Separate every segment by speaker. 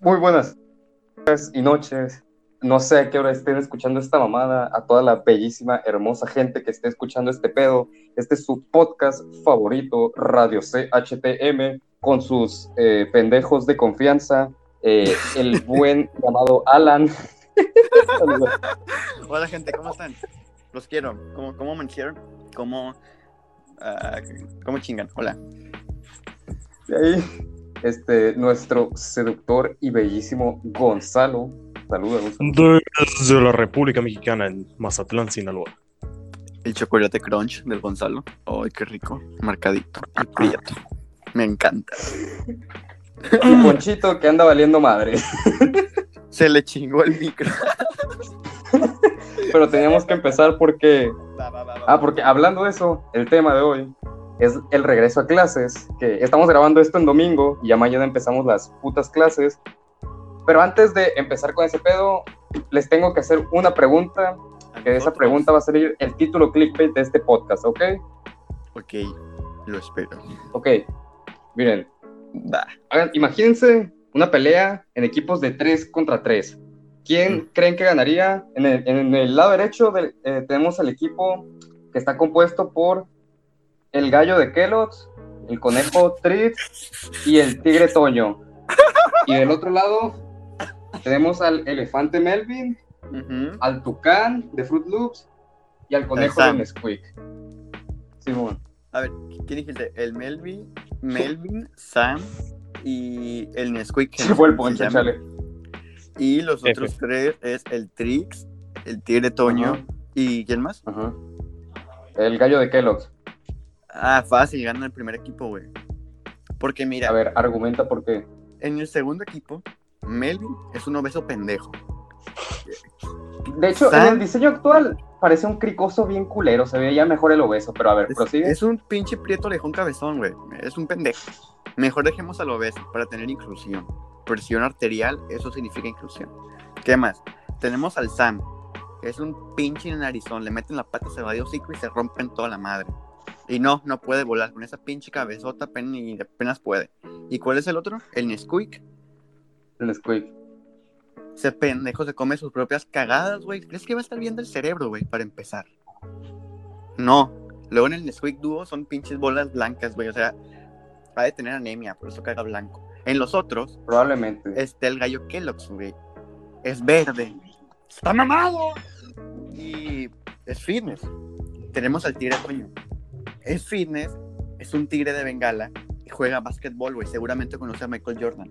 Speaker 1: Muy buenas tardes y noches. No sé a qué hora estén escuchando esta mamada, a toda la bellísima, hermosa gente que esté escuchando este pedo. Este es su podcast favorito, Radio CHTM, con sus eh, pendejos de confianza, eh, el buen llamado Alan.
Speaker 2: Hola gente, ¿cómo están? Los quiero. ¿Cómo, cómo me hicieron? ¿Cómo, ah, ¿Cómo chingan? Hola.
Speaker 1: Y ahí, este, nuestro seductor y bellísimo Gonzalo. Saluda, Gonzalo.
Speaker 3: Desde la República Mexicana en Mazatlán, Sinaloa.
Speaker 2: El chocolate crunch del Gonzalo. Ay, qué rico. Marcadito. Y prieto. Me encanta.
Speaker 1: Y Ponchito que anda valiendo madre.
Speaker 2: Se le chingó el micro.
Speaker 1: Pero teníamos que empezar porque Ah, porque hablando de eso, el tema de hoy es el regreso a clases, que estamos grabando esto en domingo y ya mañana empezamos las putas clases. Pero antes de empezar con ese pedo, les tengo que hacer una pregunta, que de esa pregunta va a salir el título clickbait de este podcast, ¿ok?
Speaker 2: Ok, lo espero.
Speaker 1: Ok, miren,
Speaker 2: Va.
Speaker 1: hagan- imagínense una pelea en equipos de 3 contra 3. ¿Quién
Speaker 2: Mm.
Speaker 1: creen que ganaría? En el, en el lado derecho del- eh, tenemos el equipo que está compuesto por el gallo de Kellogg's, el conejo Trix y el tigre Toño. Y del otro lado tenemos al elefante Melvin,
Speaker 2: Ujú.
Speaker 1: al tucán de Fruit Loops y al conejo de
Speaker 2: Sam.
Speaker 1: Nesquik. Simón.
Speaker 2: ¿Quién dijiste? El Melvin, Melvin, Sam y el Nesquik.
Speaker 1: Se fue el
Speaker 2: se
Speaker 1: poncho,
Speaker 2: llama.
Speaker 1: chale.
Speaker 2: Y los
Speaker 3: F.
Speaker 2: otros tres es el Trix, el Tigre Toño
Speaker 1: Ajá.
Speaker 2: y ¿quién más?
Speaker 1: Ajá. El gallo de Kellogg's.
Speaker 2: Ah, fácil, gana el primer equipo, güey. Porque mira,
Speaker 1: A ver, argumenta por qué.
Speaker 2: en el segundo equipo, Melvin es un obeso pendejo.
Speaker 1: De hecho,
Speaker 2: Sam-
Speaker 1: en el diseño actual parece un cricoso bien culero. Se veía mejor el obeso, pero a ver,
Speaker 2: Es,
Speaker 1: prosigue.
Speaker 2: es un pinche prieto lejón cabezón, güey. Es un pendejo. Mejor dejemos al obeso para tener inclusión. Presión arterial, eso significa inclusión. ¿Qué más? Tenemos al Sam. que Es un pinche narizón. Le meten la pata, se va de hocico y se rompen toda la madre. Y no, no puede volar. Con esa pinche cabezota apenas, ni apenas puede. ¿Y cuál es el otro? El Nesquik.
Speaker 1: El Squeak.
Speaker 2: Ese pendejo se come sus propias cagadas, güey. ¿Crees que va a estar bien del cerebro, güey, para empezar? No. Luego en el Nesquik Duo son pinches bolas blancas, güey. O sea, va a tener anemia, por eso caga blanco. En los otros
Speaker 1: Probablemente.
Speaker 2: está el gallo Kellogg's, güey. Es verde. Está mamado. Y es fitness. Tenemos al tigre Toño. Es fitness, es un tigre de Bengala y juega básquetbol, güey. Seguramente conoce a Michael Jordan.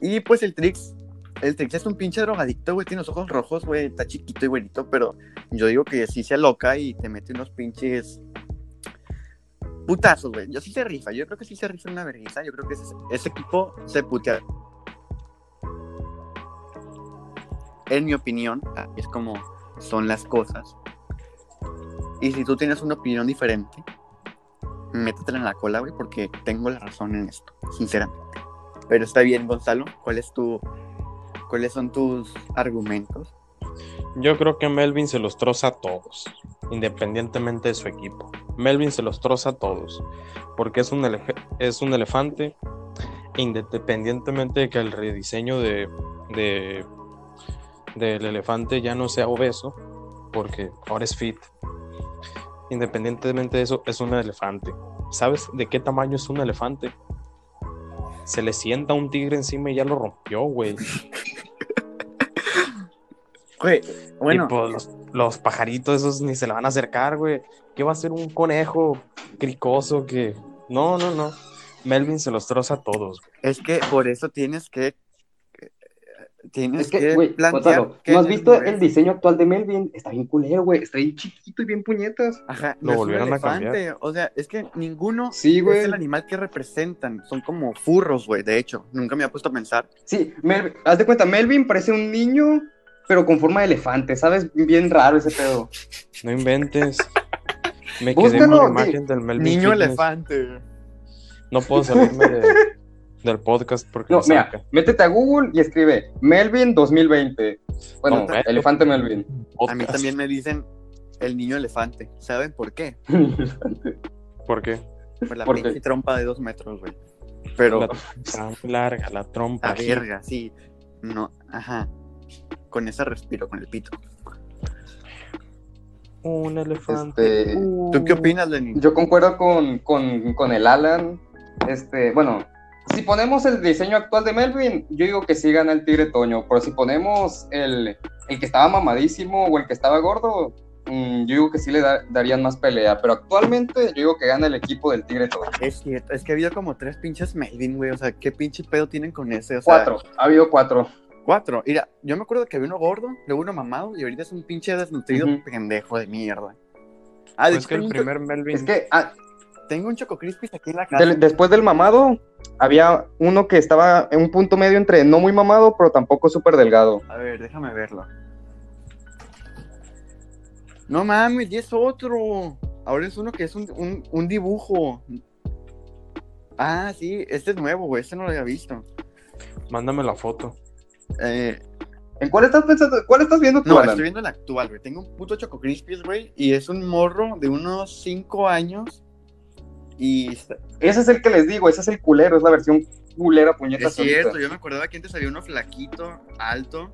Speaker 2: Y pues el Trix. El Trix es un pinche drogadicto, güey. Tiene los ojos rojos, güey. Está chiquito y güerito, pero yo digo que sí se loca y te mete unos pinches putazos, güey. Yo sí se rifa. Yo creo que sí se rifa una vergüenza. Yo creo que ese, ese equipo se putea. En mi opinión, es como son las cosas. Y si tú tienes una opinión diferente, métetela en la cola, güey, porque tengo la razón en esto, sinceramente. Pero está bien, Gonzalo. ¿Cuál es tu, ¿Cuáles son tus argumentos?
Speaker 3: Yo creo que Melvin se los troza a todos, independientemente de su equipo. Melvin se los troza a todos, porque es un, elef- es un elefante, e independientemente de que el rediseño de, de- del elefante ya no sea obeso, porque ahora es fit. Independientemente de eso, es un elefante. ¿Sabes de qué tamaño es un elefante? Se le sienta un tigre encima y ya lo rompió, güey.
Speaker 2: Güey,
Speaker 3: Y pues los, los pajaritos esos ni se le van a acercar, güey. ¿Qué va a ser un conejo cricoso que... No, no, no. Melvin se los troza a todos. güey.
Speaker 2: es que por eso tienes que. Tienes
Speaker 1: Es que, güey,
Speaker 2: plantear.
Speaker 1: Gonzalo,
Speaker 2: que
Speaker 1: ¿no has
Speaker 2: eres
Speaker 1: visto
Speaker 2: mujer.
Speaker 1: el diseño actual de Melvin? Está bien culero, güey. Está bien chiquito y bien puñetas.
Speaker 2: Ajá,
Speaker 3: Lo
Speaker 2: no es un
Speaker 3: volvieron a cambiar.
Speaker 2: elefante, O sea, es que ninguno
Speaker 1: Sí,
Speaker 2: es
Speaker 1: güey.
Speaker 2: el animal que representan. Son como furros, güey. De hecho, nunca me había puesto a pensar.
Speaker 1: Sí, Melvin. Haz de cuenta, Melvin parece un niño, pero con forma de elefante. ¿Sabes? Bien raro ese pedo.
Speaker 3: No inventes. Me quedé
Speaker 1: Búscalo,
Speaker 3: con la
Speaker 1: sí.
Speaker 3: imagen del Melvin.
Speaker 2: Niño
Speaker 3: Fitness.
Speaker 2: elefante.
Speaker 3: No puedo salirme de- del podcast porque
Speaker 1: No,
Speaker 3: me
Speaker 1: mira,
Speaker 3: saca.
Speaker 1: métete a Google y escribe Melvin 2020. Bueno,
Speaker 3: No, güey.
Speaker 1: elefante Melvin.
Speaker 2: A mí
Speaker 3: Podcast.
Speaker 2: también me dicen el niño elefante. ¿Saben por qué?
Speaker 1: Este,
Speaker 3: ¿Por qué?
Speaker 2: Por la
Speaker 1: ¿Por qué?
Speaker 2: pinche trompa de dos metros, güey. Pero
Speaker 3: La trompa larga, la trompa.
Speaker 2: la
Speaker 3: aquí.
Speaker 2: verga, sí. No, ajá. Con esa respiro, con el pito.
Speaker 3: Un elefante. Uh,
Speaker 1: Este,
Speaker 2: ¿Tú qué opinas, Lenin?
Speaker 1: Yo concuerdo con, con- con el Alan. Este, bueno, si ponemos el diseño actual de Melvin, yo digo que sí gana el Tigre Toño. Pero si ponemos el, el que estaba mamadísimo o el que estaba gordo, mm, yo digo que sí le da- darían más pelea. Pero actualmente yo digo que gana el equipo del Tigre Toño.
Speaker 2: Es cierto, es que ha habido como tres pinches Melvin, güey. O sea, ¿qué pinche pedo tienen con ese? O sea,
Speaker 1: Cuatro, ha habido cuatro.
Speaker 2: Cuatro. Mira, yo me acuerdo que había uno gordo, luego uno mamado, y ahorita es un pinche desnutrido
Speaker 1: Ujú.
Speaker 2: pendejo de mierda. Ah, de
Speaker 3: Pues
Speaker 2: hecho,
Speaker 3: que el
Speaker 2: tengo, un
Speaker 3: primer Melvin.
Speaker 1: Es que ah,
Speaker 2: cho- tengo un Choco Crispis aquí en la casa.
Speaker 1: del- después del mamado, había uno que estaba en un punto medio entre no muy mamado, pero tampoco súper delgado.
Speaker 2: A ver, déjame verlo. No mames, y es otro. Ahora es uno que es un, un- un dibujo. Ah, sí, este es nuevo, güey. Este no lo había visto.
Speaker 3: Mándame la foto.
Speaker 2: Eh,
Speaker 1: ¿En cuál estás pensando? ¿Cuál estás viendo tú,
Speaker 2: no,
Speaker 1: Alan?
Speaker 2: estoy viendo el actual, güey. Tengo un puto Choco Crispis, güey. Y es un morro de unos 5 años. Y está-
Speaker 1: Ese es el que les digo, ese es el culero, es la versión culera puñeta.
Speaker 2: es cierto, yo me acordaba que antes había uno flaquito, alto.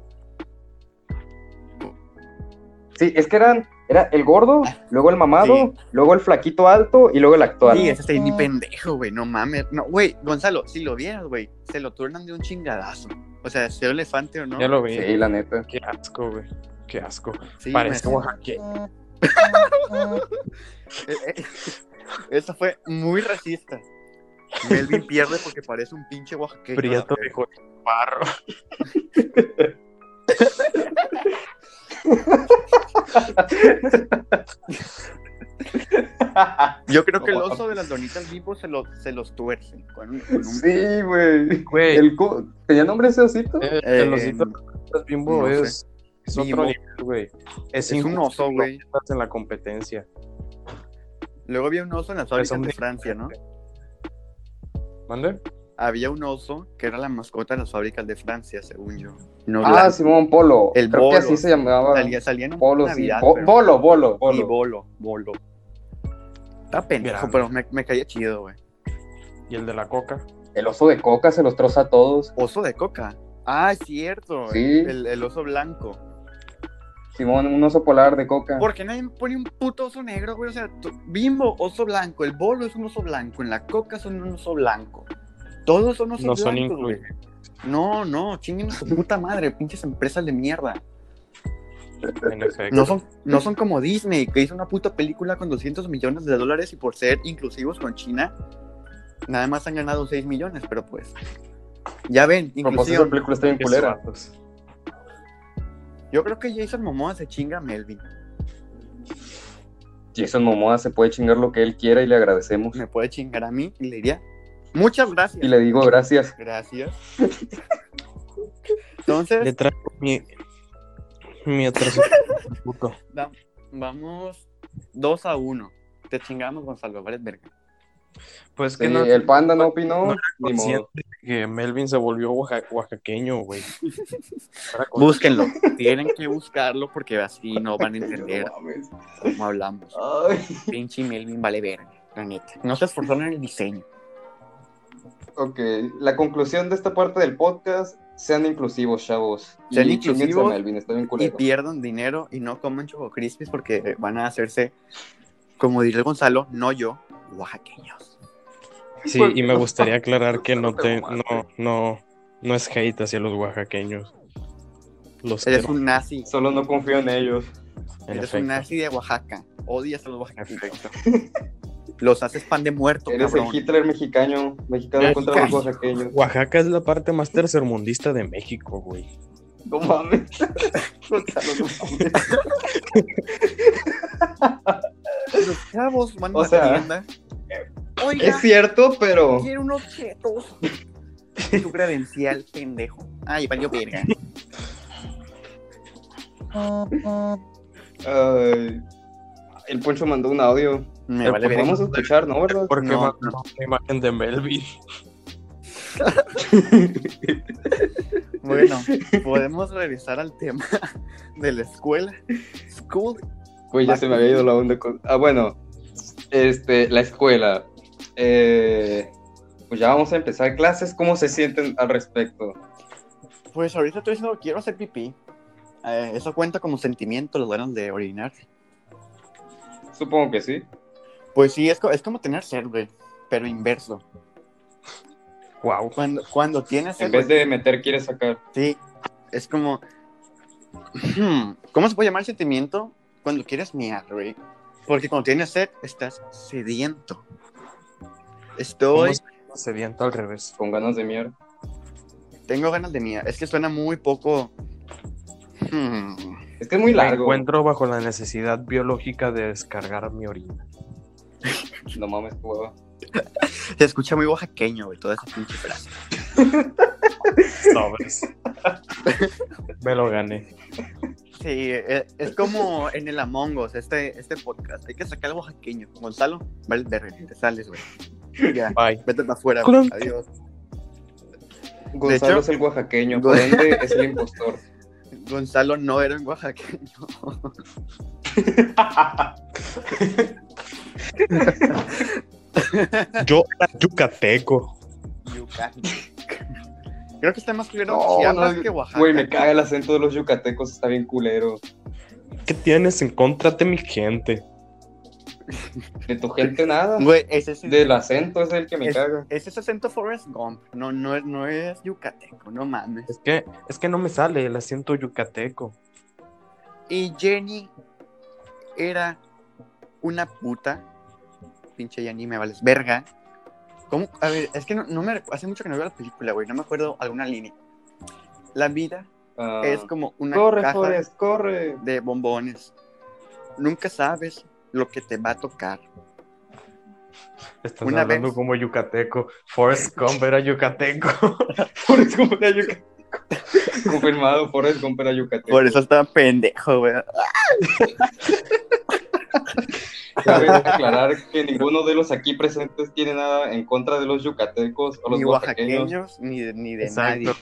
Speaker 1: Sí, es que eran, era el gordo, luego el mamado,
Speaker 2: Sí.
Speaker 1: luego el flaquito alto y luego el actual.
Speaker 2: Sí, ese está bien pendejo, güey, no mames. No, güey, Gonzalo, si lo vieras, güey, se lo turnan de un chingadazo. O sea, sea elefante o no.
Speaker 3: Ya lo vi.
Speaker 1: Sí, la neta.
Speaker 3: Qué asco, güey. Qué asco.
Speaker 2: Sí,
Speaker 3: Parece
Speaker 2: me-
Speaker 3: oaxaqueño.
Speaker 2: eh, eh, Eso fue muy racista. Melvin pierde porque parece un pinche oaxaqueño. Ah,
Speaker 3: Prieto,
Speaker 2: güey.
Speaker 3: hijo de barro.
Speaker 2: Yo creo que el oso de las donitas vivo se, lo, se los tuercen. Con un, con un-
Speaker 1: sí, güey.
Speaker 3: Güey.
Speaker 1: El cu- ¿Tenía nombre ese osito?
Speaker 3: Eh,
Speaker 2: Eh,
Speaker 3: el osito de Bimbo
Speaker 2: no sé.
Speaker 3: es, es otro
Speaker 2: Bimbo.
Speaker 3: nivel, güey. Es,
Speaker 2: Es un
Speaker 3: injusto
Speaker 2: oso,
Speaker 3: que
Speaker 2: güey.
Speaker 3: no estás en la competencia.
Speaker 2: Luego había un oso en las
Speaker 3: Pues,
Speaker 2: fábricas
Speaker 3: hombre.
Speaker 2: de Francia, ¿no?
Speaker 3: ¿Mande?
Speaker 2: Había un oso que era la mascota de las fábricas de Francia, según yo. No,
Speaker 1: ah,
Speaker 2: blanco.
Speaker 1: Simón Polo.
Speaker 2: El
Speaker 1: Creo
Speaker 2: Bolo.
Speaker 1: que así se llamaba.
Speaker 2: Salía, salía en un
Speaker 1: Polo, sí.
Speaker 2: Navidad,
Speaker 1: Bo-
Speaker 2: pero-
Speaker 1: Bolo, bolo, bolo.
Speaker 2: Y bolo, bolo. Está pendejo,
Speaker 3: Grande.
Speaker 2: pero me, me caía chido, güey.
Speaker 3: Y el de la coca.
Speaker 1: El oso de coca se los troza a todos.
Speaker 2: Oso de coca. Ah, es cierto.
Speaker 1: Sí.
Speaker 2: El, el oso blanco.
Speaker 1: Simón, un oso polar de coca.
Speaker 2: ¿Por qué nadie pone un puto oso negro, güey? O sea, tú- bimbo, oso blanco. El bolo es un oso blanco. En la coca son un oso blanco. Todos son osos
Speaker 3: No son
Speaker 2: blancos, güey.
Speaker 3: incluidos.
Speaker 2: No, no, chinguen a su puta madre, pinches empresas de mierda.
Speaker 3: En efecto.
Speaker 2: No son, no son como Disney, que hizo una puta película con 200 millones de dólares y por ser inclusivos con China, nada más han ganado 6 millones, pero pues. Ya ven,
Speaker 1: A propósito, la
Speaker 2: inclusión.
Speaker 1: película está bien
Speaker 3: Esos
Speaker 1: culera.
Speaker 3: vatos.
Speaker 2: Yo creo que Jason Momoa se chinga a Melvin.
Speaker 1: Jason Momoa se puede chingar lo que él quiera y le agradecemos.
Speaker 2: Me puede chingar a mí y le diría, muchas gracias.
Speaker 1: Y le digo gracias.
Speaker 2: Gracias. Entonces,
Speaker 3: Le traigo mi. Mi atraso. puto.
Speaker 2: va- vamos 2 a 1. Te chingamos, Gonzalo, vales verga.
Speaker 3: Pues
Speaker 1: Sí,
Speaker 3: que no.
Speaker 1: el panda no opinó.
Speaker 3: no era
Speaker 1: ni modo.
Speaker 3: consciente que Melvin se volvió oaxa- oaxaqueño, güey. Era con-
Speaker 2: Búsquenlo. Tienen que buscarlo porque así no van a entender
Speaker 1: No mames.
Speaker 2: cómo hablamos.
Speaker 1: Ay,
Speaker 2: Pinche Melvin vale verga, la neta. No se esforzaron en el diseño.
Speaker 1: ok, la conclusión de esta parte del podcast, sean inclusivos, chavos.
Speaker 2: Sean
Speaker 1: Y
Speaker 2: inclusivos
Speaker 1: chinguense a Melvin, está bien
Speaker 2: Y
Speaker 1: culero.
Speaker 2: pierdan dinero y no coman Choco Crispies porque van a hacerse, como diría el Gonzalo, no yo, oaxaqueños.
Speaker 3: Sí, y me gustaría aclarar que no te, no, no, no es hate hacia los oaxaqueños. Los
Speaker 2: Eres
Speaker 3: quiero,
Speaker 2: un nazi.
Speaker 1: Solo no confío en ellos.
Speaker 3: en
Speaker 2: Eres
Speaker 3: efecto.
Speaker 2: un nazi de Oaxaca. Odias a los
Speaker 3: En
Speaker 2: oaxaqueños.
Speaker 3: efecto.
Speaker 2: Los haces pan de muerto,
Speaker 1: Eres
Speaker 2: cabrón.
Speaker 1: el Hitler mexicano, mexicano contra los
Speaker 2: Mexicano.
Speaker 1: oaxaqueños.
Speaker 3: Oaxaca es la parte más tercermundista de México, güey.
Speaker 1: No mames. Gonzalo, no mames.
Speaker 2: Los chavos van
Speaker 1: O
Speaker 2: a
Speaker 1: sea,
Speaker 2: la tienda. Oiga,
Speaker 1: Es cierto, pero
Speaker 2: quiero unos chetos. Tu credencial, pendejo. Ay, valió verga.
Speaker 1: ay, el Poncho mandó un audio.
Speaker 2: Me
Speaker 3: Pero
Speaker 2: vale
Speaker 3: pues
Speaker 2: verga.
Speaker 1: Vamos a escuchar, ¿no? ¿Verdad?
Speaker 3: Porque
Speaker 2: No,
Speaker 3: mandó
Speaker 2: no.
Speaker 3: una imagen de Melvin.
Speaker 2: Bueno, podemos regresar al tema de la escuela. School.
Speaker 1: Güey, ya se me había ido la onda con... Ah, bueno. Este, la escuela. Eh, pues ya vamos a empezar clases. ¿Cómo se sienten al respecto?
Speaker 2: Pues ahorita estoy diciendo, quiero hacer pipí. Eh, eso cuenta como sentimiento, los ganas de orinar.
Speaker 1: Supongo que sí.
Speaker 2: Pues sí, es, co- es como tener sed, güey, pero inverso.
Speaker 3: Wow.
Speaker 2: Cuando, cuando tienes sed,
Speaker 1: En vez
Speaker 2: güey,
Speaker 1: de meter, quieres sacar.
Speaker 2: sí, es como... Hmm, ¿Cómo se puede llamar el sentimiento cuando quieres miar, güey? Porque cuando tienes sed, estás sediento. Estoy...
Speaker 3: Sediento al revés.
Speaker 1: Con ganas de mierda.
Speaker 2: Tengo ganas de miar. Es que suena muy poco... Hmm,
Speaker 1: Es que es muy
Speaker 3: Me
Speaker 1: largo.
Speaker 3: encuentro bajo la necesidad biológica de descargar mi orina.
Speaker 1: No mames, qué hueva.
Speaker 2: Se escucha muy oaxaqueño, güey, toda esa pinche frase.
Speaker 3: Sobres. Me lo gané.
Speaker 2: Sí, e- es, como en el Among Us, este, este podcast. Hay que sacar algo oaxaqueño. Gonzalo, vale, de repente te sales, güey. Ya,
Speaker 3: Bye.
Speaker 2: vete para afuera, güey.
Speaker 3: Clon.
Speaker 2: Adiós.
Speaker 1: Gonzalo
Speaker 2: hecho-
Speaker 1: es el oaxaqueño, por ende es el impostor.
Speaker 2: Gonzalo no era un oaxaqueño.
Speaker 3: Yo era yucateco.
Speaker 2: Yucatán. Creo que está más culero
Speaker 1: No,
Speaker 2: Chiapas
Speaker 1: no,
Speaker 2: que Oaxaca.
Speaker 1: güey, me caga el acento de los yucatecos, está bien culero.
Speaker 3: ¿Qué tienes en contra de mi gente?
Speaker 1: De tu gente nada.
Speaker 2: Güey, es ese,
Speaker 1: Del acento es el que me
Speaker 2: es,
Speaker 1: caga.
Speaker 2: es ese acento Forrest Gump. No, no, es- no es yucateco, no mames.
Speaker 3: Es que, es que no me sale el acento yucateco.
Speaker 2: Y Jenny era una puta. Pinche Jenny, me vales verga. ¿Cómo? A ver, es que no, no me. Hace mucho que no veo la película, güey. No me acuerdo alguna línea. La vida
Speaker 1: Ah,
Speaker 2: es como una
Speaker 1: corre,
Speaker 2: caja
Speaker 1: Forrest, corre.
Speaker 2: de bombones. Nunca sabes lo que te va a tocar.
Speaker 3: Estás
Speaker 2: Una
Speaker 3: hablando
Speaker 2: vez.
Speaker 3: como yucateco. Forrest Gump era yucateco.
Speaker 1: Forrest Gump era yucateco. Confirmado, Forrest Gump era yucateco.
Speaker 2: Por eso estaba pendejo, güey.
Speaker 1: Cabe aclarar que ninguno de los aquí presentes tiene nada en contra de los yucatecos o los
Speaker 2: Ni
Speaker 1: oaxaqueños.
Speaker 2: oaxaqueños, ni de, ni de
Speaker 3: Exacto.
Speaker 2: nadie.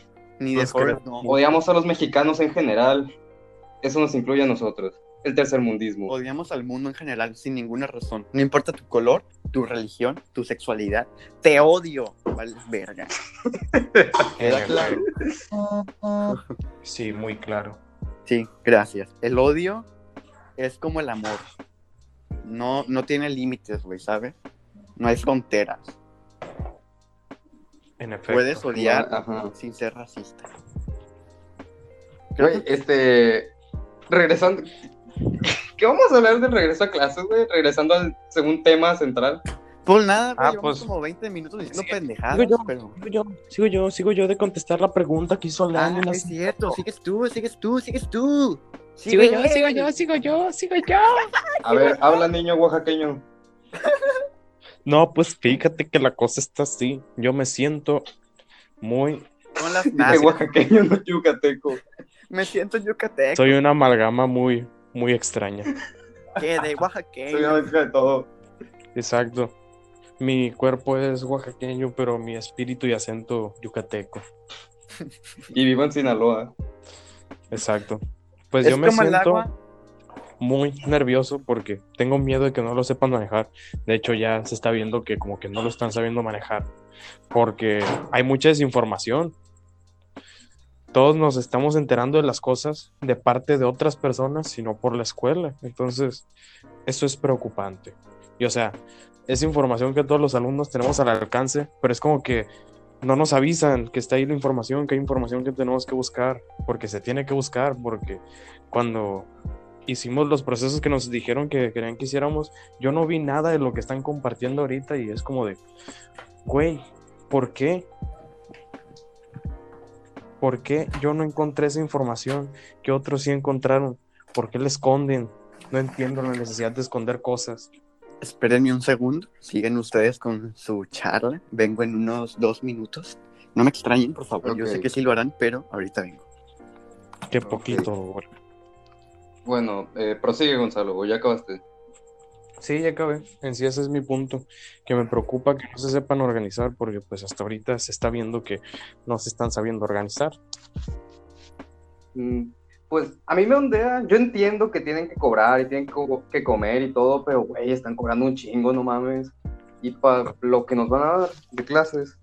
Speaker 2: Ni de
Speaker 3: Los que-
Speaker 2: Forrest Gump.
Speaker 1: Odiamos a los mexicanos en general. Eso nos incluye a nosotros. El tercermundismo.
Speaker 2: odiamos al mundo en general sin ninguna razón. No importa tu color, tu religión, tu sexualidad. Te odio. Vale, verga. Queda claro.
Speaker 3: Sí, muy claro.
Speaker 2: Sí, gracias. El odio es como el amor. No, no tiene límites, güey, ¿sabes? No hay fronteras.
Speaker 3: En efecto.
Speaker 2: Puedes
Speaker 3: Ah,
Speaker 2: odiar
Speaker 1: Ajá.
Speaker 2: sin ser racista.
Speaker 1: Güey, este. Regresando. ¿Qué vamos a hablar del regreso a clases, güey? Regresando al segundo tema central.
Speaker 2: Por nada, güey,
Speaker 3: Ah,
Speaker 2: llevamos
Speaker 3: pues-
Speaker 2: como 20 minutos diciendo
Speaker 3: Sí,
Speaker 2: pendejadas,
Speaker 3: digo yo.
Speaker 2: pero...
Speaker 3: Sigo yo, sigo yo, sigo yo de contestar la pregunta que hizo
Speaker 2: Ah,
Speaker 3: Alan. en la-
Speaker 2: es cierto, sigues tú, sigues tú, sigues tú.
Speaker 3: Sigo yo,
Speaker 2: él.
Speaker 3: sigo yo, sigo yo, sigo yo.
Speaker 1: A ver, habla niño oaxaqueño.
Speaker 3: No, pues fíjate que la cosa está así. Yo me siento muy.
Speaker 2: Con las
Speaker 1: Dije
Speaker 2: nazis.
Speaker 1: oaxaqueño, no yucateco.
Speaker 2: Me siento yucateco.
Speaker 3: Soy una amalgama muy, muy extraña.
Speaker 2: Que de
Speaker 1: Soy una
Speaker 2: oaxaqueño.
Speaker 1: mezcla de todo.
Speaker 3: Exacto. Mi cuerpo es oaxaqueño, pero mi espíritu y acento yucateco.
Speaker 1: Y vivo en Sinaloa.
Speaker 3: Exacto. Pues
Speaker 2: es
Speaker 3: yo me
Speaker 2: como el
Speaker 3: siento
Speaker 2: agua.
Speaker 3: muy nervioso porque tengo miedo de que no lo sepan manejar. De hecho, ya se está viendo que como que no lo están sabiendo manejar porque hay mucha desinformación. Todos nos estamos enterando de las cosas de parte de otras personas, sino por la escuela. Entonces, eso es preocupante. Y o sea, es información que todos los alumnos tenemos al alcance, pero es como que no nos avisan que está ahí la información, que hay información que tenemos que buscar, porque se tiene que buscar, porque cuando hicimos los procesos que nos dijeron que querían que hiciéramos, yo no vi nada de lo que están compartiendo ahorita y es como de, güey, ¿por qué? ¿Por qué yo no encontré esa información que otros sí encontraron? ¿Por qué la esconden? No entiendo la necesidad de esconder cosas.
Speaker 2: Espérenme un segundo. Siguen ustedes con su charla. Vengo en unos dos minutos. No me extrañen, por favor. Yo
Speaker 1: Ok.
Speaker 2: sé que sí lo harán, pero ahorita vengo.
Speaker 3: Qué poquito. güey.
Speaker 1: Bueno, eh, prosigue, Gonzalo, o ya acabaste.
Speaker 3: Sí, ya acabé. En sí ese es mi punto, que me preocupa que no se sepan organizar porque pues hasta ahorita se está viendo que no se están sabiendo organizar.
Speaker 1: Mm, Pues a mí me ondea. Yo entiendo que tienen que cobrar y tienen co- que comer y todo, pero güey, están cobrando un chingo, no mames. y para lo que nos van a dar de clases.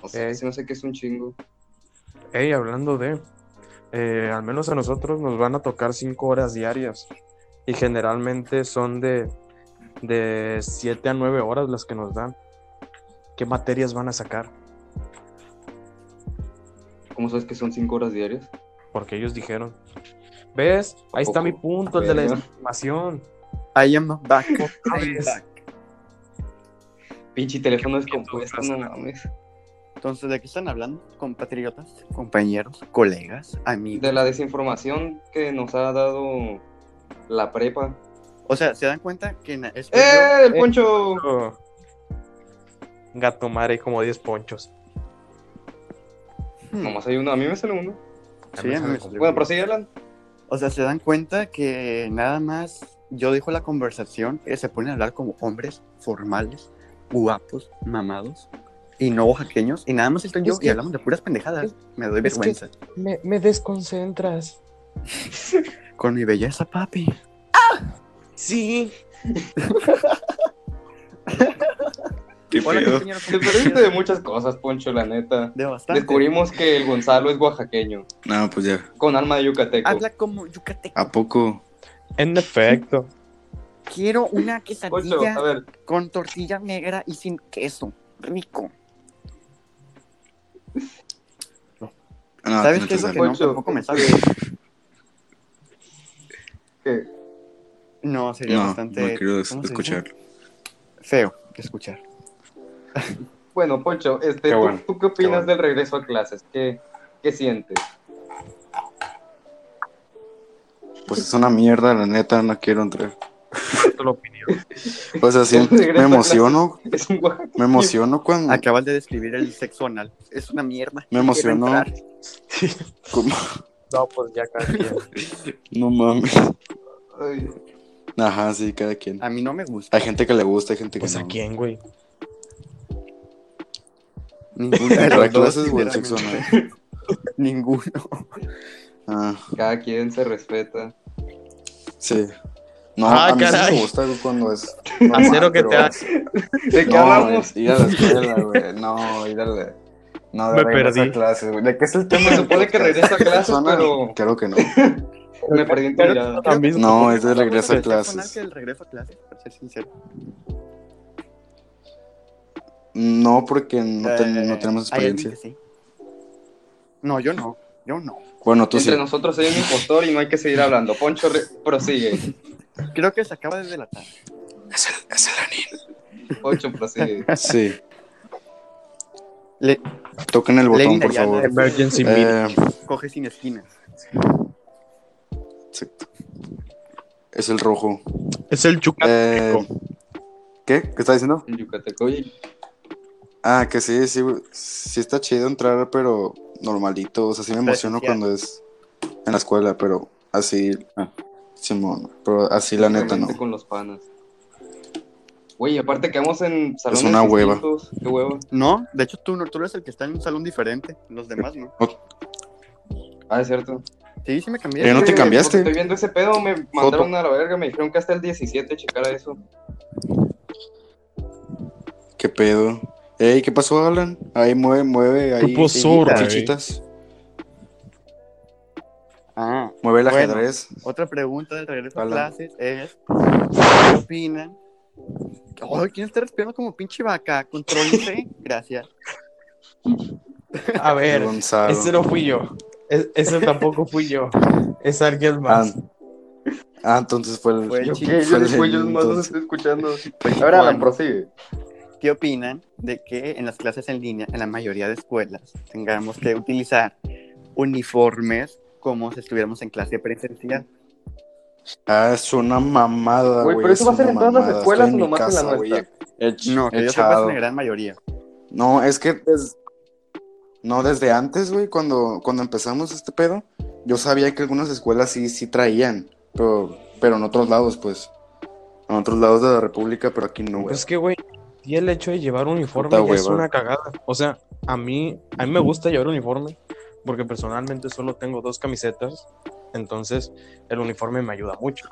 Speaker 1: O sea,
Speaker 3: Ey.
Speaker 1: sí, no sé qué es un chingo.
Speaker 3: Hey, hablando de, eh, al menos a nosotros nos van a tocar cinco horas diarias y generalmente son de, de 7 a 9 horas las que nos dan. ¿Qué materias van a sacar?
Speaker 1: ¿Cómo sabes que son cinco horas diarias?
Speaker 3: Porque ellos dijeron, ¿ves? Ahí está
Speaker 1: Ojo,
Speaker 3: mi punto, el de la
Speaker 1: verga.
Speaker 3: información.
Speaker 2: I am not back.
Speaker 3: Otra
Speaker 2: I am
Speaker 3: vez.
Speaker 2: back.
Speaker 1: Pinche teléfono descompuesto, no mames.
Speaker 2: Entonces, ¿de qué están hablando? Compatriotas, compañeros, colegas, amigos.
Speaker 1: De la desinformación que nos ha dado la prepa.
Speaker 2: O sea, ¿se dan cuenta que en este
Speaker 1: ¡Eh, el poncho!
Speaker 3: Oh. Gato madre, como 10 ponchos.
Speaker 2: Hmm.
Speaker 1: Nomás hay uno, a mí me sale uno.
Speaker 2: Sí, a mí me salió.
Speaker 1: Bueno, prosigue, Alan.
Speaker 2: O sea, se dan cuenta que nada más yo dejo la conversación, eh, se ponen a hablar como hombres formales, guapos, mamados y no oaxaqueños, y nada más estoy yo
Speaker 3: Es
Speaker 2: y
Speaker 3: que-
Speaker 2: hablamos de puras pendejadas.
Speaker 3: es-
Speaker 2: Me doy
Speaker 3: es que-
Speaker 2: vergüenza.
Speaker 3: Me, me desconcentras.
Speaker 2: Con mi belleza, papi.
Speaker 3: Sí.
Speaker 1: ¿Qué
Speaker 2: Hola, compañero.
Speaker 1: Te perdiste de muchas cosas, Poncho, la neta.
Speaker 2: De bastante.
Speaker 1: Descubrimos que el Gonzalo es oaxaqueño,
Speaker 4: No, pues ya.
Speaker 1: con alma de yucateco.
Speaker 2: Habla como yucateco.
Speaker 4: ¿A poco?
Speaker 3: En efecto.
Speaker 2: Quiero una
Speaker 1: Poncho,
Speaker 2: quesadilla
Speaker 1: a ver,
Speaker 2: con tortilla negra y sin queso. Rico.
Speaker 4: No,
Speaker 2: ¿Sabes
Speaker 4: no
Speaker 2: qué
Speaker 4: te
Speaker 2: es lo
Speaker 4: sale.
Speaker 2: que no?
Speaker 1: Ah, Poncho.
Speaker 2: Tampoco me sabe.
Speaker 1: ¿qué?
Speaker 2: No, sería
Speaker 4: No,
Speaker 2: bastante
Speaker 4: no quiero es-
Speaker 2: ¿cómo se dice?
Speaker 4: escucharlo.
Speaker 2: feo de escuchar.
Speaker 1: Bueno, Poncho, este,
Speaker 4: Qué
Speaker 1: ¿tú-
Speaker 4: bueno,
Speaker 1: ¿tú, qué opinas
Speaker 4: bueno.
Speaker 1: del regreso a clases? ¿Qué, qué sientes?
Speaker 4: Pues es una mierda, la neta, no quiero entrar.
Speaker 3: Esto lo-
Speaker 4: O sea, sí, me
Speaker 1: Regresa a
Speaker 4: emociono,
Speaker 1: Es un oaxaqueño.
Speaker 4: me emociono cuando...
Speaker 2: Acabas de describir el sexo anal. Es una mierda.
Speaker 4: Me emocionó.
Speaker 2: Quiero entrar.
Speaker 4: como-
Speaker 3: No, pues ya cada quien.
Speaker 4: No mames.
Speaker 1: Ay,
Speaker 4: Ajá, sí, cada quien.
Speaker 2: A mí no me gusta.
Speaker 4: Hay gente que le gusta, hay gente que
Speaker 3: Pues a
Speaker 4: no.
Speaker 3: quién, güey.
Speaker 2: Ninguno de
Speaker 4: ¿Entrar a
Speaker 2: los dos,
Speaker 4: clases o el sexo
Speaker 2: sinceramente.
Speaker 4: anal?
Speaker 2: Ninguno.
Speaker 4: Ah,
Speaker 1: cada quien se respeta.
Speaker 4: sí. No,
Speaker 3: Ah,
Speaker 4: a mí sí
Speaker 3: caray.
Speaker 4: me gusta güey, cuando es...
Speaker 3: Acero que te
Speaker 4: hace.
Speaker 3: hace.
Speaker 1: ¿De qué
Speaker 4: No,
Speaker 1: hablamos?
Speaker 4: güey, ir a la escuela, güey. No, ir a la... No, de
Speaker 3: Me
Speaker 4: regreso a
Speaker 3: perdí.
Speaker 4: clases, güey. ¿De qué es el tema?
Speaker 1: Se supone que regreso a clases,
Speaker 4: Suena-
Speaker 1: pero-
Speaker 4: Creo que no.
Speaker 1: Me perdí en tu mirada.
Speaker 3: Lo mismo.
Speaker 4: No, es de
Speaker 2: Regreso
Speaker 4: regreso a clases.
Speaker 2: Que el regreso a clases, para ser sincero.
Speaker 4: No, porque no, ten- no
Speaker 2: Eh,
Speaker 4: tenemos
Speaker 2: hay alguien que
Speaker 4: experiencia.
Speaker 2: sí. No, yo no. Yo no.
Speaker 4: Bueno, tú sí.
Speaker 1: Entre nosotros hay un impostor y no hay que seguir hablando. Poncho, re- prosigue.
Speaker 2: Creo que se acaba de delatar.
Speaker 1: Poncho, prosigue.
Speaker 4: Sí.
Speaker 2: Le-
Speaker 4: Toquen el botón,
Speaker 2: Lady
Speaker 4: por
Speaker 2: Diana,
Speaker 4: favor.
Speaker 3: Emergency meeting.
Speaker 4: Eh,
Speaker 2: Coge sin esquinas.
Speaker 4: exacto. Es el rojo.
Speaker 3: Es el chucato.
Speaker 4: Eh, ¿Qué? ¿Qué está diciendo?
Speaker 1: El yucateco. Oye,
Speaker 4: Ah, que sí, sí, sí está chido entrar, pero normalito. O sea, sí me emociono
Speaker 2: Presencial.
Speaker 4: cuando es en la escuela, pero así, ah, Simón, pero así la neta no.
Speaker 1: realmente con los panas. Güey, aparte quedamos en salones
Speaker 4: una hueva.
Speaker 1: distintos. Qué hueva.
Speaker 2: No, de hecho tú, no, tú eres el que está en un salón diferente. Los demás no.
Speaker 1: Ah, es cierto.
Speaker 2: Sí, sí me cambié.
Speaker 4: Yo no te
Speaker 1: Sí,
Speaker 4: cambiaste.
Speaker 1: porque Estoy viendo ese pedo, me mandaron a la verga, me dijeron que hasta el 17 checara eso.
Speaker 4: ¿Qué pedo? Ey, ¿qué pasó, Alan? Ahí mueve, mueve, ahí.
Speaker 3: Grupo Sur,
Speaker 4: las
Speaker 3: güey.
Speaker 4: fichitas.
Speaker 2: Ah,
Speaker 4: Mueve el
Speaker 2: Bueno.
Speaker 4: ajedrez.
Speaker 2: otra pregunta del regreso a
Speaker 4: Hola.
Speaker 2: clases es: ¿Qué opinan? Ay, ¿Quién está respirando como pinche vaca? Control C. Gracias.
Speaker 3: A ver,
Speaker 4: Gonzalo. Ah,
Speaker 3: ese no fui yo. Es- ese tampoco fui yo. Es alguien
Speaker 4: Ah,
Speaker 3: más.
Speaker 4: ah, entonces fue el.
Speaker 2: Fue el
Speaker 4: yo-
Speaker 2: chico.
Speaker 4: fue el- Pues, entonces.
Speaker 1: escuchando.
Speaker 2: Ahora, Alan,
Speaker 1: prosigue.
Speaker 2: ¿Qué opinan de que en las clases en línea, en la mayoría de escuelas, tengamos que utilizar uniformes como si estuviéramos en clase presencial?
Speaker 4: Ah, es una mamada, güey.
Speaker 1: Güey, pero eso va a ser en
Speaker 4: una
Speaker 1: todas las
Speaker 4: mamada.
Speaker 1: escuelas
Speaker 4: Estoy
Speaker 1: o
Speaker 4: mi
Speaker 1: nomás en la
Speaker 4: casa, güey,
Speaker 1: nuestra?
Speaker 4: ech-
Speaker 2: No, que yo sepa es
Speaker 4: echado.
Speaker 2: en la gran mayoría.
Speaker 4: No, es que des- no desde antes, güey, cuando, cuando empezamos este pedo, yo sabía que algunas escuelas sí, sí traían, pero, pero en otros lados, pues. En otros lados de la República, pero aquí no, güey.
Speaker 3: Es que, güey, y el hecho de llevar uniforme
Speaker 4: Puta
Speaker 3: ya es
Speaker 4: hueva.
Speaker 3: una cagada. O sea, a mí, a mí me gusta llevar uniforme porque personalmente solo tengo dos camisetas. Entonces, el uniforme me ayuda mucho.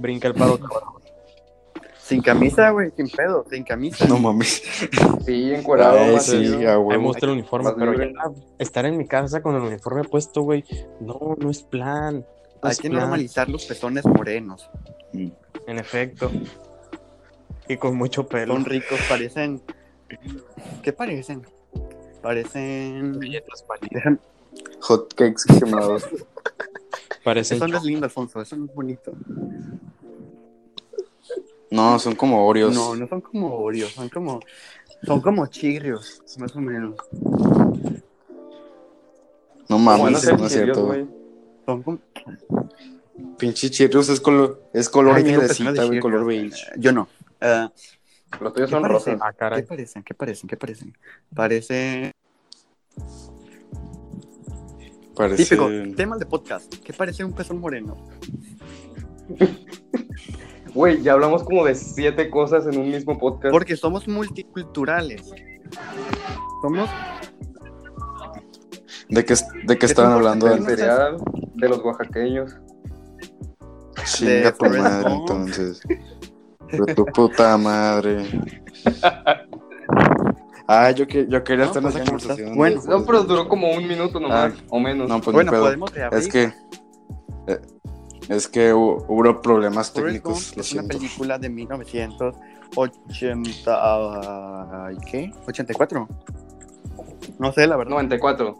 Speaker 3: Brinca el paro. cabrón.
Speaker 2: Sin camisa, güey, sin pedo, sin camisa.
Speaker 4: No mames.
Speaker 1: Sí, encuerado.
Speaker 4: Ay,
Speaker 1: más
Speaker 4: Eh, sí,
Speaker 1: seguido.
Speaker 4: a
Speaker 3: A mí me
Speaker 4: huevo.
Speaker 3: gusta el uniforme,
Speaker 1: Más
Speaker 3: pero
Speaker 1: libre.
Speaker 3: ya estar en mi casa con el uniforme puesto, güey, no, no es plan. No
Speaker 2: Hay
Speaker 3: es
Speaker 2: que
Speaker 3: plan,
Speaker 2: normalizar los pezones morenos.
Speaker 3: En efecto. Y con mucho pelo.
Speaker 2: Son ricos, parecen. ¿Qué parecen? Parecen.
Speaker 3: Galletas María.
Speaker 2: Déjame-
Speaker 4: Hot cakes quemados.
Speaker 3: Parecen
Speaker 2: Eso no es lindo, Alfonso, eso no es bonito.
Speaker 4: No, son como Oreos.
Speaker 2: No, no son como Oreos, son como. Son como chirrios, más o menos.
Speaker 4: No
Speaker 1: Como van a
Speaker 4: mames,
Speaker 1: ser
Speaker 4: no es
Speaker 1: chirios,
Speaker 4: cierto.
Speaker 1: güey.
Speaker 2: Son como.
Speaker 4: Pinche Cheerios es color, es color
Speaker 2: Ay, tengo
Speaker 4: mielecita,
Speaker 2: pezones de
Speaker 4: güey,
Speaker 2: Cheerios.
Speaker 4: color beige.
Speaker 2: Yo no. Ah,
Speaker 1: Los tuyos
Speaker 2: ¿Qué
Speaker 1: son
Speaker 2: parece?
Speaker 1: rosas.
Speaker 3: Ah,
Speaker 2: ¿Qué
Speaker 3: caray.
Speaker 2: parecen? ¿Qué parecen? ¿Qué parecen? Parece.
Speaker 4: Parece.
Speaker 2: Típico, tema de podcast. ¿Qué parece un pezón moreno?
Speaker 1: Güey, ya hablamos como de siete cosas en un mismo podcast.
Speaker 2: Porque somos multiculturales. Somos
Speaker 4: Pues, ¿De qué, de qué
Speaker 2: ¿Qué
Speaker 4: estaban
Speaker 2: son
Speaker 4: hablando
Speaker 1: del
Speaker 2: porcentajes?
Speaker 4: antes?
Speaker 1: cereal, de los oaxaqueños.
Speaker 4: Chinga tu
Speaker 2: Forrest
Speaker 4: madre,
Speaker 2: Gump.
Speaker 4: entonces. De tu puta madre. Ah, yo, que, yo quería
Speaker 2: No,
Speaker 4: estar
Speaker 2: pues ya no
Speaker 4: en esa
Speaker 2: estás.
Speaker 4: conversación.
Speaker 2: Bueno,
Speaker 4: de-
Speaker 1: No, pero duró como un minuto nomás, o menos.
Speaker 4: pues, No, pues
Speaker 2: bueno,
Speaker 4: ni pedo.
Speaker 2: podemos reabrir.
Speaker 4: Es que. eh, es que hubo, hubo problemas
Speaker 2: Forrest Gump
Speaker 4: técnicos, lo
Speaker 2: es una
Speaker 4: siento.
Speaker 2: película de 1980. ay, ¿Qué? ¿84? No sé, la verdad.
Speaker 1: 94.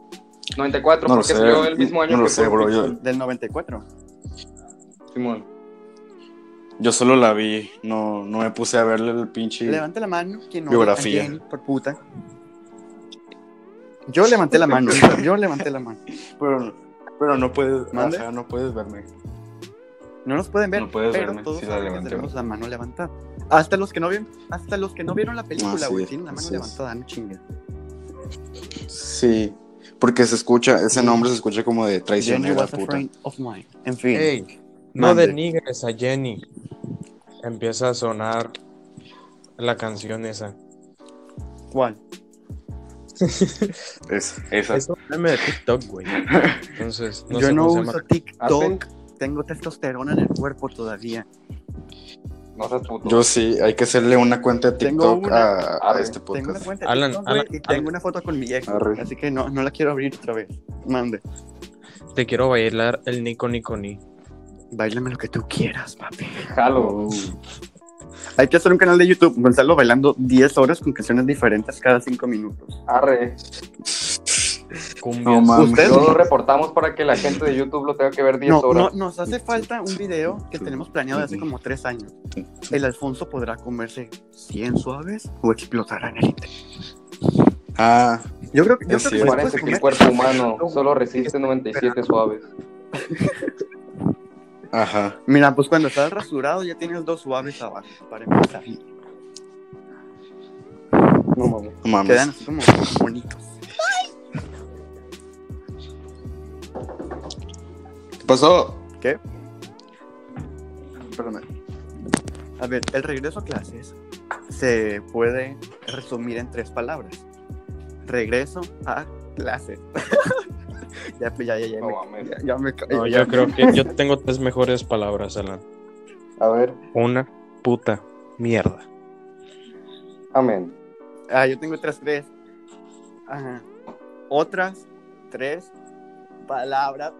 Speaker 1: 94,
Speaker 4: No lo
Speaker 1: porque
Speaker 4: sé.
Speaker 1: salió el mismo año
Speaker 4: No lo
Speaker 1: que
Speaker 4: sé,
Speaker 1: Pulp
Speaker 4: bro. Yo,
Speaker 1: Fiction,
Speaker 2: Del 94.
Speaker 1: Simón.
Speaker 4: yo solo la vi. No, no me puse a verle el pinche.
Speaker 2: Levante la mano. quien no
Speaker 4: Biografía.
Speaker 2: a Jenny, por puta. Yo levanté la mano. yo levanté la mano.
Speaker 4: Pero, pero no puedes.
Speaker 2: ¿Mande?
Speaker 4: ajá, no puedes verme.
Speaker 2: No nos pueden ver,
Speaker 4: No puedes
Speaker 2: pero
Speaker 4: verme,
Speaker 2: todos
Speaker 4: sí la
Speaker 2: saben que
Speaker 4: levanté,
Speaker 2: tenemos la mano levantada. Hasta los que no vieron, hasta los que no vieron la película,
Speaker 4: Así
Speaker 2: güey,
Speaker 4: es,
Speaker 2: tienen la mano
Speaker 4: así es.
Speaker 2: levantada, no chingues.
Speaker 4: Sí. Porque se escucha, ese nombre se escucha como de
Speaker 2: Jenny
Speaker 4: traicionera,
Speaker 2: was a
Speaker 4: puta.
Speaker 2: friend of mine. En fin.
Speaker 3: Ey, no
Speaker 2: Mande.
Speaker 3: denigres a Jenny. Empieza a sonar la canción esa.
Speaker 2: ¿Cuál?
Speaker 4: Es, esa.
Speaker 3: Es un meme de TikTok, güey. Entonces, no
Speaker 2: Yo
Speaker 3: sé
Speaker 2: no
Speaker 3: cómo se llama.
Speaker 2: uso TikTok.
Speaker 1: ¿Hacen?
Speaker 2: Tengo testosterona en el cuerpo todavía.
Speaker 1: No seas puto.
Speaker 4: Yo sí, hay que hacerle una cuenta de
Speaker 2: Tengo
Speaker 4: TikTok
Speaker 2: una-
Speaker 4: a, a
Speaker 1: Arre,
Speaker 4: este
Speaker 2: Tengo una
Speaker 4: podcast.
Speaker 2: cuenta de
Speaker 3: Alan,
Speaker 2: TikTok, güey,
Speaker 3: Alan,
Speaker 2: y tengo
Speaker 3: Alan.
Speaker 2: una foto con mi ex.
Speaker 4: Arre.
Speaker 2: Así que no, no la quiero abrir otra vez. Mande.
Speaker 3: Te quiero bailar el Nico Nico Ni.
Speaker 2: Báilame lo que tú quieras, papi.
Speaker 1: Jalo.
Speaker 4: Uh.
Speaker 2: Hay que hacer un canal de YouTube. Gonzalo bailando 10 horas con canciones diferentes cada 5 minutos.
Speaker 1: Arre.
Speaker 3: Cumbias.
Speaker 4: No mames.
Speaker 2: ¿Ustedes?
Speaker 1: Yo lo reportamos para que la gente de YouTube lo tenga que ver 10
Speaker 2: No, no,
Speaker 1: horas.
Speaker 2: nos hace falta un video que tenemos planeado de hace como 3 años. El Alfonso podrá comerse 100 suaves o explotará en el interior.
Speaker 4: Ah,
Speaker 2: Yo creo que, yo
Speaker 4: Es
Speaker 2: creo que
Speaker 4: cierto.
Speaker 2: después
Speaker 1: Parece que el
Speaker 2: comer-
Speaker 1: cuerpo humano solo resiste 97 suaves.
Speaker 4: ajá.
Speaker 2: Mira, pues cuando estás rasurado ya tienes dos suaves abajo para empezar.
Speaker 1: No mames.
Speaker 4: No mames.
Speaker 2: Quedan así como bonitos.
Speaker 4: ¿Qué pasó?
Speaker 2: ¿Qué?
Speaker 4: Espérame.
Speaker 2: A ver, el regreso a clases se puede resumir en tres palabras. Regreso a clases. ya, pues, ya, ya, ya.
Speaker 1: No
Speaker 2: me-
Speaker 1: mames.
Speaker 2: ya, ya me ca- eh,
Speaker 3: No,
Speaker 2: ya-
Speaker 3: yo creo que yo tengo tres mejores palabras, Alan.
Speaker 1: A ver.
Speaker 3: Una puta mierda.
Speaker 1: Amén.
Speaker 2: Ah, yo tengo otras tres. Ajá. Otras tres palabras.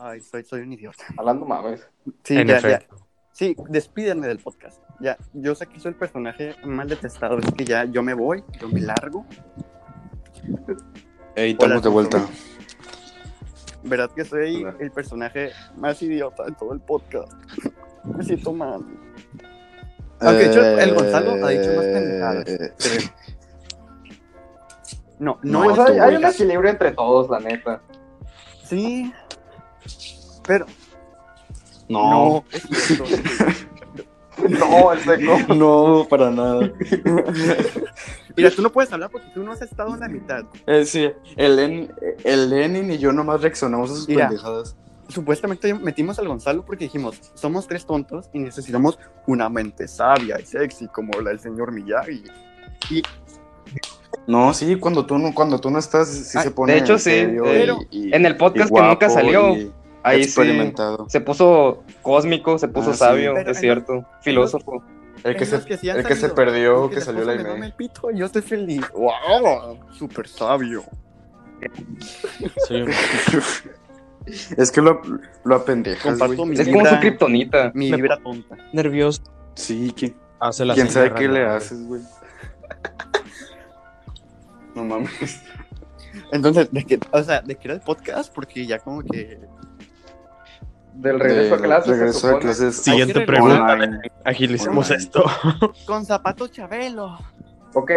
Speaker 2: Ay, soy, soy un idiota.
Speaker 1: Hablando mames.
Speaker 2: Sí,
Speaker 3: En
Speaker 2: ya, ya.
Speaker 3: efecto.
Speaker 2: Sí, despídanme del podcast. Ya, yo sé que soy el personaje más detestado. Es que ya yo me voy, yo me largo.
Speaker 4: Ey,
Speaker 2: Hola,
Speaker 4: estamos de vuelta.
Speaker 2: Verdad que soy
Speaker 4: Claro.
Speaker 2: el personaje más idiota de todo el podcast. Me siento mal. Aunque de hecho, el Gonzalo ha dicho más pendejadas.
Speaker 4: Eh,
Speaker 2: creo. No, no,
Speaker 4: No,
Speaker 1: Pues
Speaker 2: es
Speaker 4: tú,
Speaker 1: hay, hay
Speaker 4: güey.
Speaker 1: un equilibrio entre todos, la neta.
Speaker 2: Sí. Pero
Speaker 4: No,
Speaker 2: no, es cierto.
Speaker 1: No, el seco.
Speaker 4: no, para nada.
Speaker 2: Mira, tú no puedes hablar porque tú no has estado en la mitad.
Speaker 4: Eh, sí, el, Len- el Lenin y yo nomás reaccionamos a sus
Speaker 2: Mira.
Speaker 4: pendejadas.
Speaker 2: Supuestamente metimos al Gonzalo porque dijimos, somos tres tontos y necesitamos una mente sabia y sexy como la del señor Miyagi.
Speaker 4: No, sí, cuando tú no, cuando tú no estás, sí
Speaker 2: Ah,
Speaker 4: se pone.
Speaker 1: de hecho, sí,
Speaker 4: serio
Speaker 1: eh,
Speaker 4: y- y-
Speaker 1: en el podcast
Speaker 4: y
Speaker 1: que nunca
Speaker 4: guapo
Speaker 1: salió,
Speaker 4: y-
Speaker 1: Ahí sí.
Speaker 4: experimentado.
Speaker 1: Se puso cósmico, se puso
Speaker 4: Ah, sí.
Speaker 1: sabio,
Speaker 2: Pero
Speaker 1: es
Speaker 2: en-
Speaker 1: cierto. Filósofo.
Speaker 4: El que
Speaker 2: En
Speaker 4: se,
Speaker 2: los que sí han
Speaker 4: el que se
Speaker 2: salido,
Speaker 4: perdió,
Speaker 2: Porque
Speaker 4: que
Speaker 2: la
Speaker 4: salió
Speaker 2: esposa
Speaker 4: la
Speaker 2: me mama
Speaker 4: imagen.
Speaker 2: el pito, yo estoy feliz. ¡Wow! Súper sabio.
Speaker 3: Sí.
Speaker 4: es que lo, lo apendejas,
Speaker 2: Comparto
Speaker 4: güey.
Speaker 2: mi-
Speaker 1: Es como su
Speaker 2: Vibra.
Speaker 1: kriptonita.
Speaker 2: Mi
Speaker 3: Me-
Speaker 2: vibra tonta.
Speaker 3: Nervioso.
Speaker 4: Sí, ¿quién,
Speaker 3: Hace la
Speaker 4: quién sabe
Speaker 3: señal
Speaker 4: qué le
Speaker 3: radial.
Speaker 4: haces, güey? No mames.
Speaker 2: Entonces, ¿de qué, o sea, ¿de qué era el podcast? Porque ya como que...
Speaker 1: Del regreso a
Speaker 4: De-
Speaker 1: clases. se
Speaker 4: Regreso a
Speaker 1: supone.
Speaker 4: clases.
Speaker 3: Siguiente
Speaker 2: Hay que
Speaker 3: pregunta.
Speaker 2: regresar.
Speaker 4: online.
Speaker 3: Agilicemos
Speaker 4: Online.
Speaker 3: esto.
Speaker 2: Con zapatos Chabelo.
Speaker 1: Ok.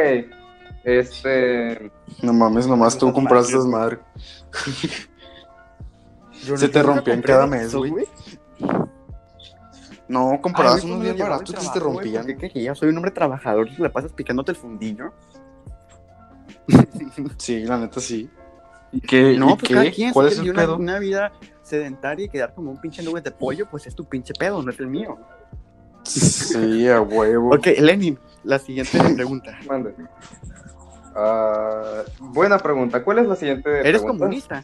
Speaker 1: Este.
Speaker 4: No mames, nomás tú
Speaker 2: Puta
Speaker 4: compraste
Speaker 2: madre.
Speaker 4: desmadre.
Speaker 2: Yo
Speaker 4: Se
Speaker 2: no-
Speaker 4: te
Speaker 2: yo nunca
Speaker 4: rompían
Speaker 2: compré
Speaker 4: cada
Speaker 2: de
Speaker 4: mes,
Speaker 2: esos,
Speaker 4: güey. No, comprabas
Speaker 2: Ay, güey, cuando
Speaker 4: unos bien
Speaker 2: llegaba al
Speaker 4: baratos que se te
Speaker 2: trabajo, güey, ¿por
Speaker 4: rompían.
Speaker 2: qué querías? Soy un hombre trabajador y te la pasas picándote el fundillo.
Speaker 4: Sí, la neta sí. ¿Y qué?
Speaker 2: No,
Speaker 4: ¿Y
Speaker 2: pues
Speaker 4: qué?
Speaker 2: cada quien,
Speaker 4: ¿Cuál
Speaker 2: si
Speaker 4: es el
Speaker 2: quieres una,
Speaker 4: pedo?
Speaker 2: una vida sedentaria y quedar como un pinche nube de pollo, pues es tu pinche pedo, no es el mío.
Speaker 4: Sí, a huevo.
Speaker 2: Ok, Lenin, la siguiente pregunta.
Speaker 1: Mande. Ah, buena pregunta. ¿Cuál es la siguiente?
Speaker 2: ¿Eres
Speaker 1: pregunta?
Speaker 2: comunista?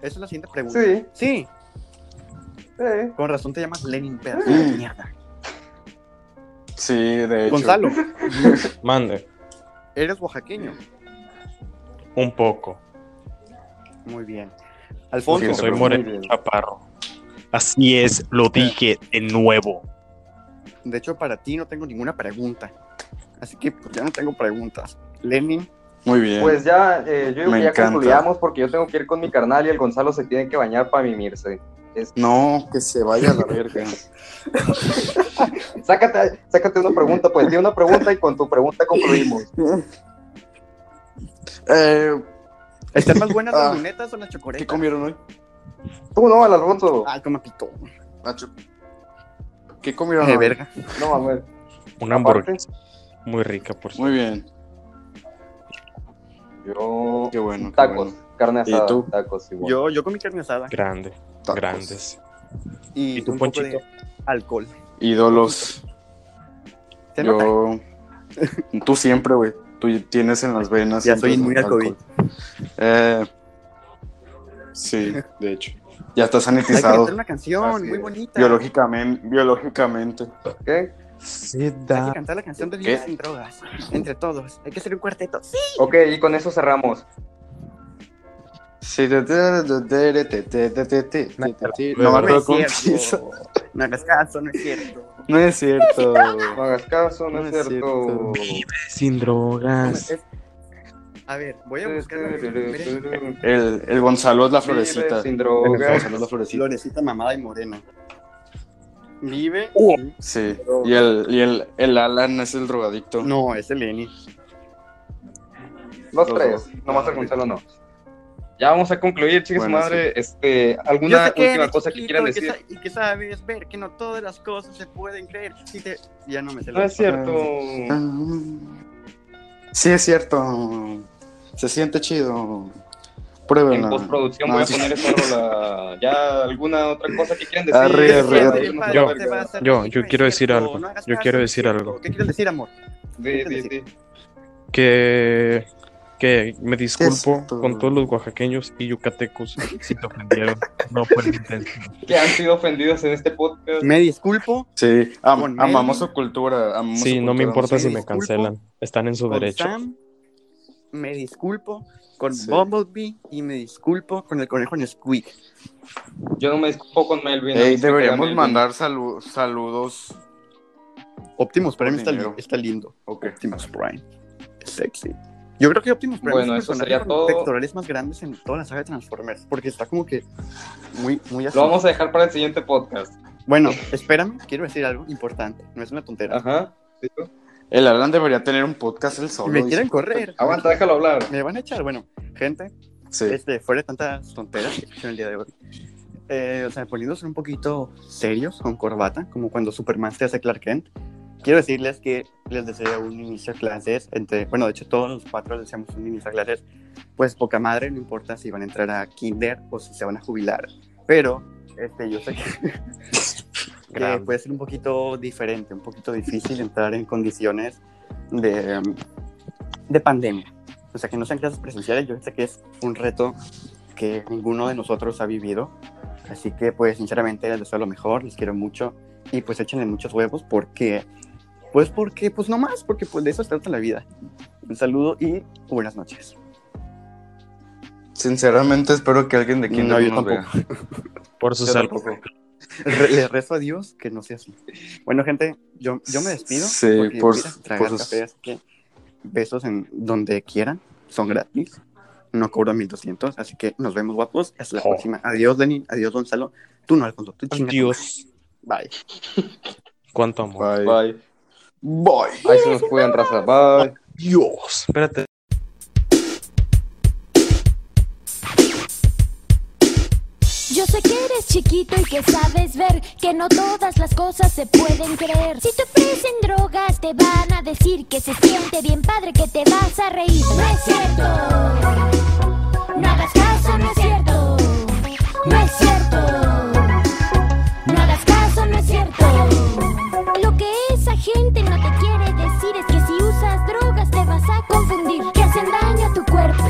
Speaker 2: Esa es la siguiente pregunta.
Speaker 1: Sí.
Speaker 2: Sí,
Speaker 1: eh.
Speaker 2: con razón te llamas Lenin,
Speaker 4: Mm.
Speaker 2: pedazo de mierda.
Speaker 4: Sí, de hecho.
Speaker 2: Gonzalo,
Speaker 3: Mande.
Speaker 2: eres oaxaqueño.
Speaker 3: Un poco.
Speaker 2: Muy bien.
Speaker 4: Sí,
Speaker 2: Alfonso,
Speaker 3: Porque
Speaker 4: te
Speaker 3: soy
Speaker 4: pregunto.
Speaker 1: Muy
Speaker 3: moreno
Speaker 1: bien.
Speaker 3: chaparro. Así es, lo dije de nuevo.
Speaker 2: de hecho para ti no tengo ninguna pregunta. Así que pues, ya no tengo preguntas. Lenin,
Speaker 4: Muy bien.
Speaker 1: Pues ya, eh, yo digo
Speaker 4: Me
Speaker 1: que ya
Speaker 4: encanta.
Speaker 1: concluyamos porque yo tengo que ir con mi carnal y el Gonzalo se tiene que bañar para mimirse. Es-
Speaker 4: No, que se vaya a la verga.
Speaker 1: Sácate, sácate una pregunta, pues di una pregunta y con tu pregunta concluimos.
Speaker 4: Eh,
Speaker 2: ¿están más buenas
Speaker 4: Ah.
Speaker 2: las lunetas o las
Speaker 4: ¿Qué
Speaker 2: chocoretas?
Speaker 4: comieron hoy?
Speaker 1: Tú no, al Alfonso.
Speaker 2: Ah, como pito.
Speaker 4: Nacho. ¿Qué comieron
Speaker 2: Qué
Speaker 4: hoy?
Speaker 2: verga.
Speaker 1: No mames.
Speaker 3: Una hamburguesa muy rica, por cierto.
Speaker 4: Muy bien.
Speaker 1: Yo.
Speaker 4: Qué bueno. qué
Speaker 1: Tacos,
Speaker 4: bueno.
Speaker 1: carne asada.
Speaker 4: ¿Y tú?
Speaker 1: Tacos igual.
Speaker 2: Yo, yo comí carne asada
Speaker 3: Grande,
Speaker 4: Tacos.
Speaker 3: grandes.
Speaker 2: y,
Speaker 3: ¿Y tú,
Speaker 2: un poco
Speaker 3: Ponchito?
Speaker 2: de alcohol.
Speaker 4: Ídolos.
Speaker 2: Se nota.
Speaker 4: Yo. Tú siempre, güey. Tú tienes en las venas.
Speaker 2: Ya
Speaker 4: siempre
Speaker 2: soy inmune al
Speaker 4: alcohol. Eh, sí, de hecho. Ya está
Speaker 2: Hay que
Speaker 4: sanitizado.
Speaker 2: cantar una canción
Speaker 1: Así
Speaker 2: muy
Speaker 1: es.
Speaker 2: bonita.
Speaker 4: Biológicamente. biológicamente.
Speaker 1: ¿Qué?
Speaker 3: Se
Speaker 2: Hay que
Speaker 3: da.
Speaker 2: cantar la canción del
Speaker 4: ¿Qué?
Speaker 2: día sin drogas. Entre todos. Hay que hacer un cuarteto. Sí.
Speaker 1: Ok, y con eso cerramos.
Speaker 4: Sí, te- te- te- te- te- te- te- te- te- te- te- No me
Speaker 3: No
Speaker 4: acuerdo cómo
Speaker 2: es
Speaker 4: empieza.
Speaker 2: cierto. No hagas caso, no es cierto.
Speaker 4: No es cierto.
Speaker 1: No hagas caso, no,
Speaker 4: No
Speaker 1: es
Speaker 4: es
Speaker 1: cierto.
Speaker 3: Sin drogas.
Speaker 2: Es- A ver, voy a buscar la
Speaker 1: Vive
Speaker 4: El, el Gonzalo es la florecita.
Speaker 1: sin
Speaker 4: El
Speaker 1: drogas.
Speaker 4: Gonzalo es la florecita.
Speaker 2: Florecita mamada y morena. Uh, Vive.
Speaker 4: Sí. Y el, y el, el Alan es el drogadicto.
Speaker 2: No, es el Lenny.
Speaker 1: Los
Speaker 4: Los
Speaker 1: tres, nomás el Gonzalo no. Ya vamos a concluir, chicas,
Speaker 4: Bueno,
Speaker 1: madre. Este,
Speaker 2: Yo
Speaker 1: ¿Alguna
Speaker 2: sé que
Speaker 1: última
Speaker 2: eres
Speaker 1: cosa que
Speaker 2: chiquito
Speaker 1: quieran
Speaker 2: y
Speaker 1: decir?
Speaker 2: sa- y que sabes ver que no todas las cosas se pueden creer. Si te- Ya no me sé
Speaker 1: No
Speaker 2: la-
Speaker 1: es cierto. Ah.
Speaker 4: Ah. Sí, es cierto. Se siente chido. Pruébenlo.
Speaker 1: En postproducción
Speaker 4: No,
Speaker 1: voy a
Speaker 4: sí.
Speaker 1: poner esa rola. ¿Ya alguna otra cosa que quieran decir?
Speaker 4: Arre,
Speaker 1: Ya
Speaker 4: arre,
Speaker 1: saben, no
Speaker 4: arre.
Speaker 3: Yo-
Speaker 1: se va a hacer.
Speaker 3: yo- yo
Speaker 2: No es
Speaker 3: quiero decir
Speaker 2: cierto,
Speaker 3: algo.
Speaker 2: no hagas
Speaker 3: Yo
Speaker 2: caso,
Speaker 3: quiero
Speaker 2: no es
Speaker 3: decir
Speaker 2: cierto.
Speaker 3: algo.
Speaker 2: ¿Qué quieres decir, amor?
Speaker 1: Sí, sí, sí.
Speaker 3: Que, que me disculpo
Speaker 4: Esto.
Speaker 3: con todos los oaxaqueños y yucatecos si te ofendieron. No pues, fue mi intención.
Speaker 1: Que han sido ofendidos en este podcast.
Speaker 2: Me disculpo
Speaker 4: Sí, am-
Speaker 2: Con
Speaker 4: amamos
Speaker 2: Melvin.
Speaker 4: su cultura. amamos
Speaker 3: Sí,
Speaker 4: su
Speaker 3: no me
Speaker 4: cultura,
Speaker 3: importa
Speaker 4: amamos
Speaker 3: si
Speaker 4: su-
Speaker 3: me
Speaker 2: disculpo
Speaker 3: cancelan. Están en su
Speaker 2: con
Speaker 3: derecho.
Speaker 2: Sam, me disculpo con
Speaker 4: Sí.
Speaker 2: Bumblebee y me disculpo con el conejo Nesquik.
Speaker 1: Yo no me disculpo con Melvin.
Speaker 4: Ey,
Speaker 1: no me
Speaker 4: deberíamos
Speaker 1: disculpo con Melvin.
Speaker 4: mandar salu- saludos.
Speaker 2: Optimus Prime
Speaker 4: Por
Speaker 2: está, li-
Speaker 4: dinero.
Speaker 2: está lindo.
Speaker 4: Ok.
Speaker 2: Optimus Prime. Es sexy. Yo creo que Optimus Prime
Speaker 1: Bueno,
Speaker 2: es
Speaker 1: eso
Speaker 2: el
Speaker 1: sería
Speaker 2: personaje
Speaker 1: todo.
Speaker 2: con pectorales más grandes en toda la saga de Transformers. Porque está como que muy, muy así.
Speaker 1: Lo vamos a dejar para el siguiente podcast.
Speaker 2: Bueno, espérame, quiero decir algo importante. No es una tontera.
Speaker 1: Ajá. ¿Sí?
Speaker 4: El Alan debería tener un podcast el solo.
Speaker 2: me
Speaker 4: dice.
Speaker 2: quieren correr.
Speaker 1: Aguanta, déjalo hablar.
Speaker 2: Me van a echar. Bueno, gente,
Speaker 4: Sí.
Speaker 2: este, fuera de tantas tonteras que hicieron el día de hoy. Eh, o sea, poniéndose un poquito serios con corbata, como cuando Superman se hace Clark Kent. Quiero decirles que les deseo un inicio a clases entre, bueno, de hecho todos los cuatro les deseamos un inicio a clases, pues poca madre, no importa si van a entrar a kinder o si se van a jubilar, pero este, yo sé que, que
Speaker 3: Grave.
Speaker 2: puede ser un poquito diferente, un poquito difícil entrar en condiciones de, em, de pandemia. O sea, que no sean clases presenciales, yo sé que es un reto que ninguno de nosotros ha vivido, Así que, pues, sinceramente, les deseo lo mejor, les quiero mucho. Y pues, échenle muchos huevos porque, pues, porque, pues, no más, porque pues de eso se trata la vida. Un saludo y buenas noches.
Speaker 4: Sinceramente espero que alguien de aquí
Speaker 2: No, yo
Speaker 4: nos vea.
Speaker 3: Por su
Speaker 2: Yo
Speaker 3: salud.
Speaker 2: tampoco. Re- le rezo a Dios que no sea así. Bueno, gente, yo, yo me despido.
Speaker 4: Sí,
Speaker 2: porque
Speaker 4: por-
Speaker 2: voy a tragar
Speaker 4: por sus-
Speaker 2: café, así que besos en donde quieran. Son gratis. No cobro 1200. Así que nos vemos, guapos. Hasta la
Speaker 3: Jo.
Speaker 2: próxima. Adiós, Lenin. Adiós, Gonzalo. Tú no, Alfonso. Tú chinga tu
Speaker 3: Dios,
Speaker 2: madre. Bye.
Speaker 3: cuánto amor.
Speaker 4: Bye.
Speaker 1: Bye.
Speaker 4: Bye.
Speaker 1: Ahí se nos cuidan, raza. Bye.
Speaker 3: Dios, espérate.
Speaker 5: Yo sé que eres chiquito y que sabes ver que no todas las cosas se pueden creer. Si te ofrecen drogas te van a decir que se siente bien padre que te vas a reír. No es cierto. No hagas caso, no es cierto. No es cierto. No hagas caso, no es cierto. Lo que esa gente no te quiere decir es que si usas drogas te vas a confundir, que hacen daño a tu cuerpo,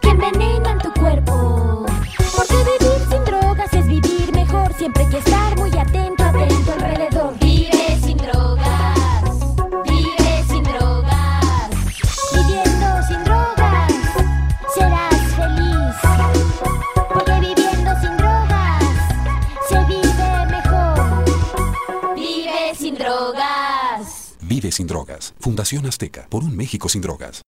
Speaker 5: que envenenan tu cuerpo. Porque vivir sin drogas es vivir mejor. Siempre hay que estar muy atento, atento alrededor. Vive sin drogas, vive sin drogas. Viviendo sin drogas, serás feliz. Porque viviendo sin drogas, se vive mejor. Vive sin drogas.
Speaker 6: Vive sin drogas. Fundación Azteca, por un México sin drogas.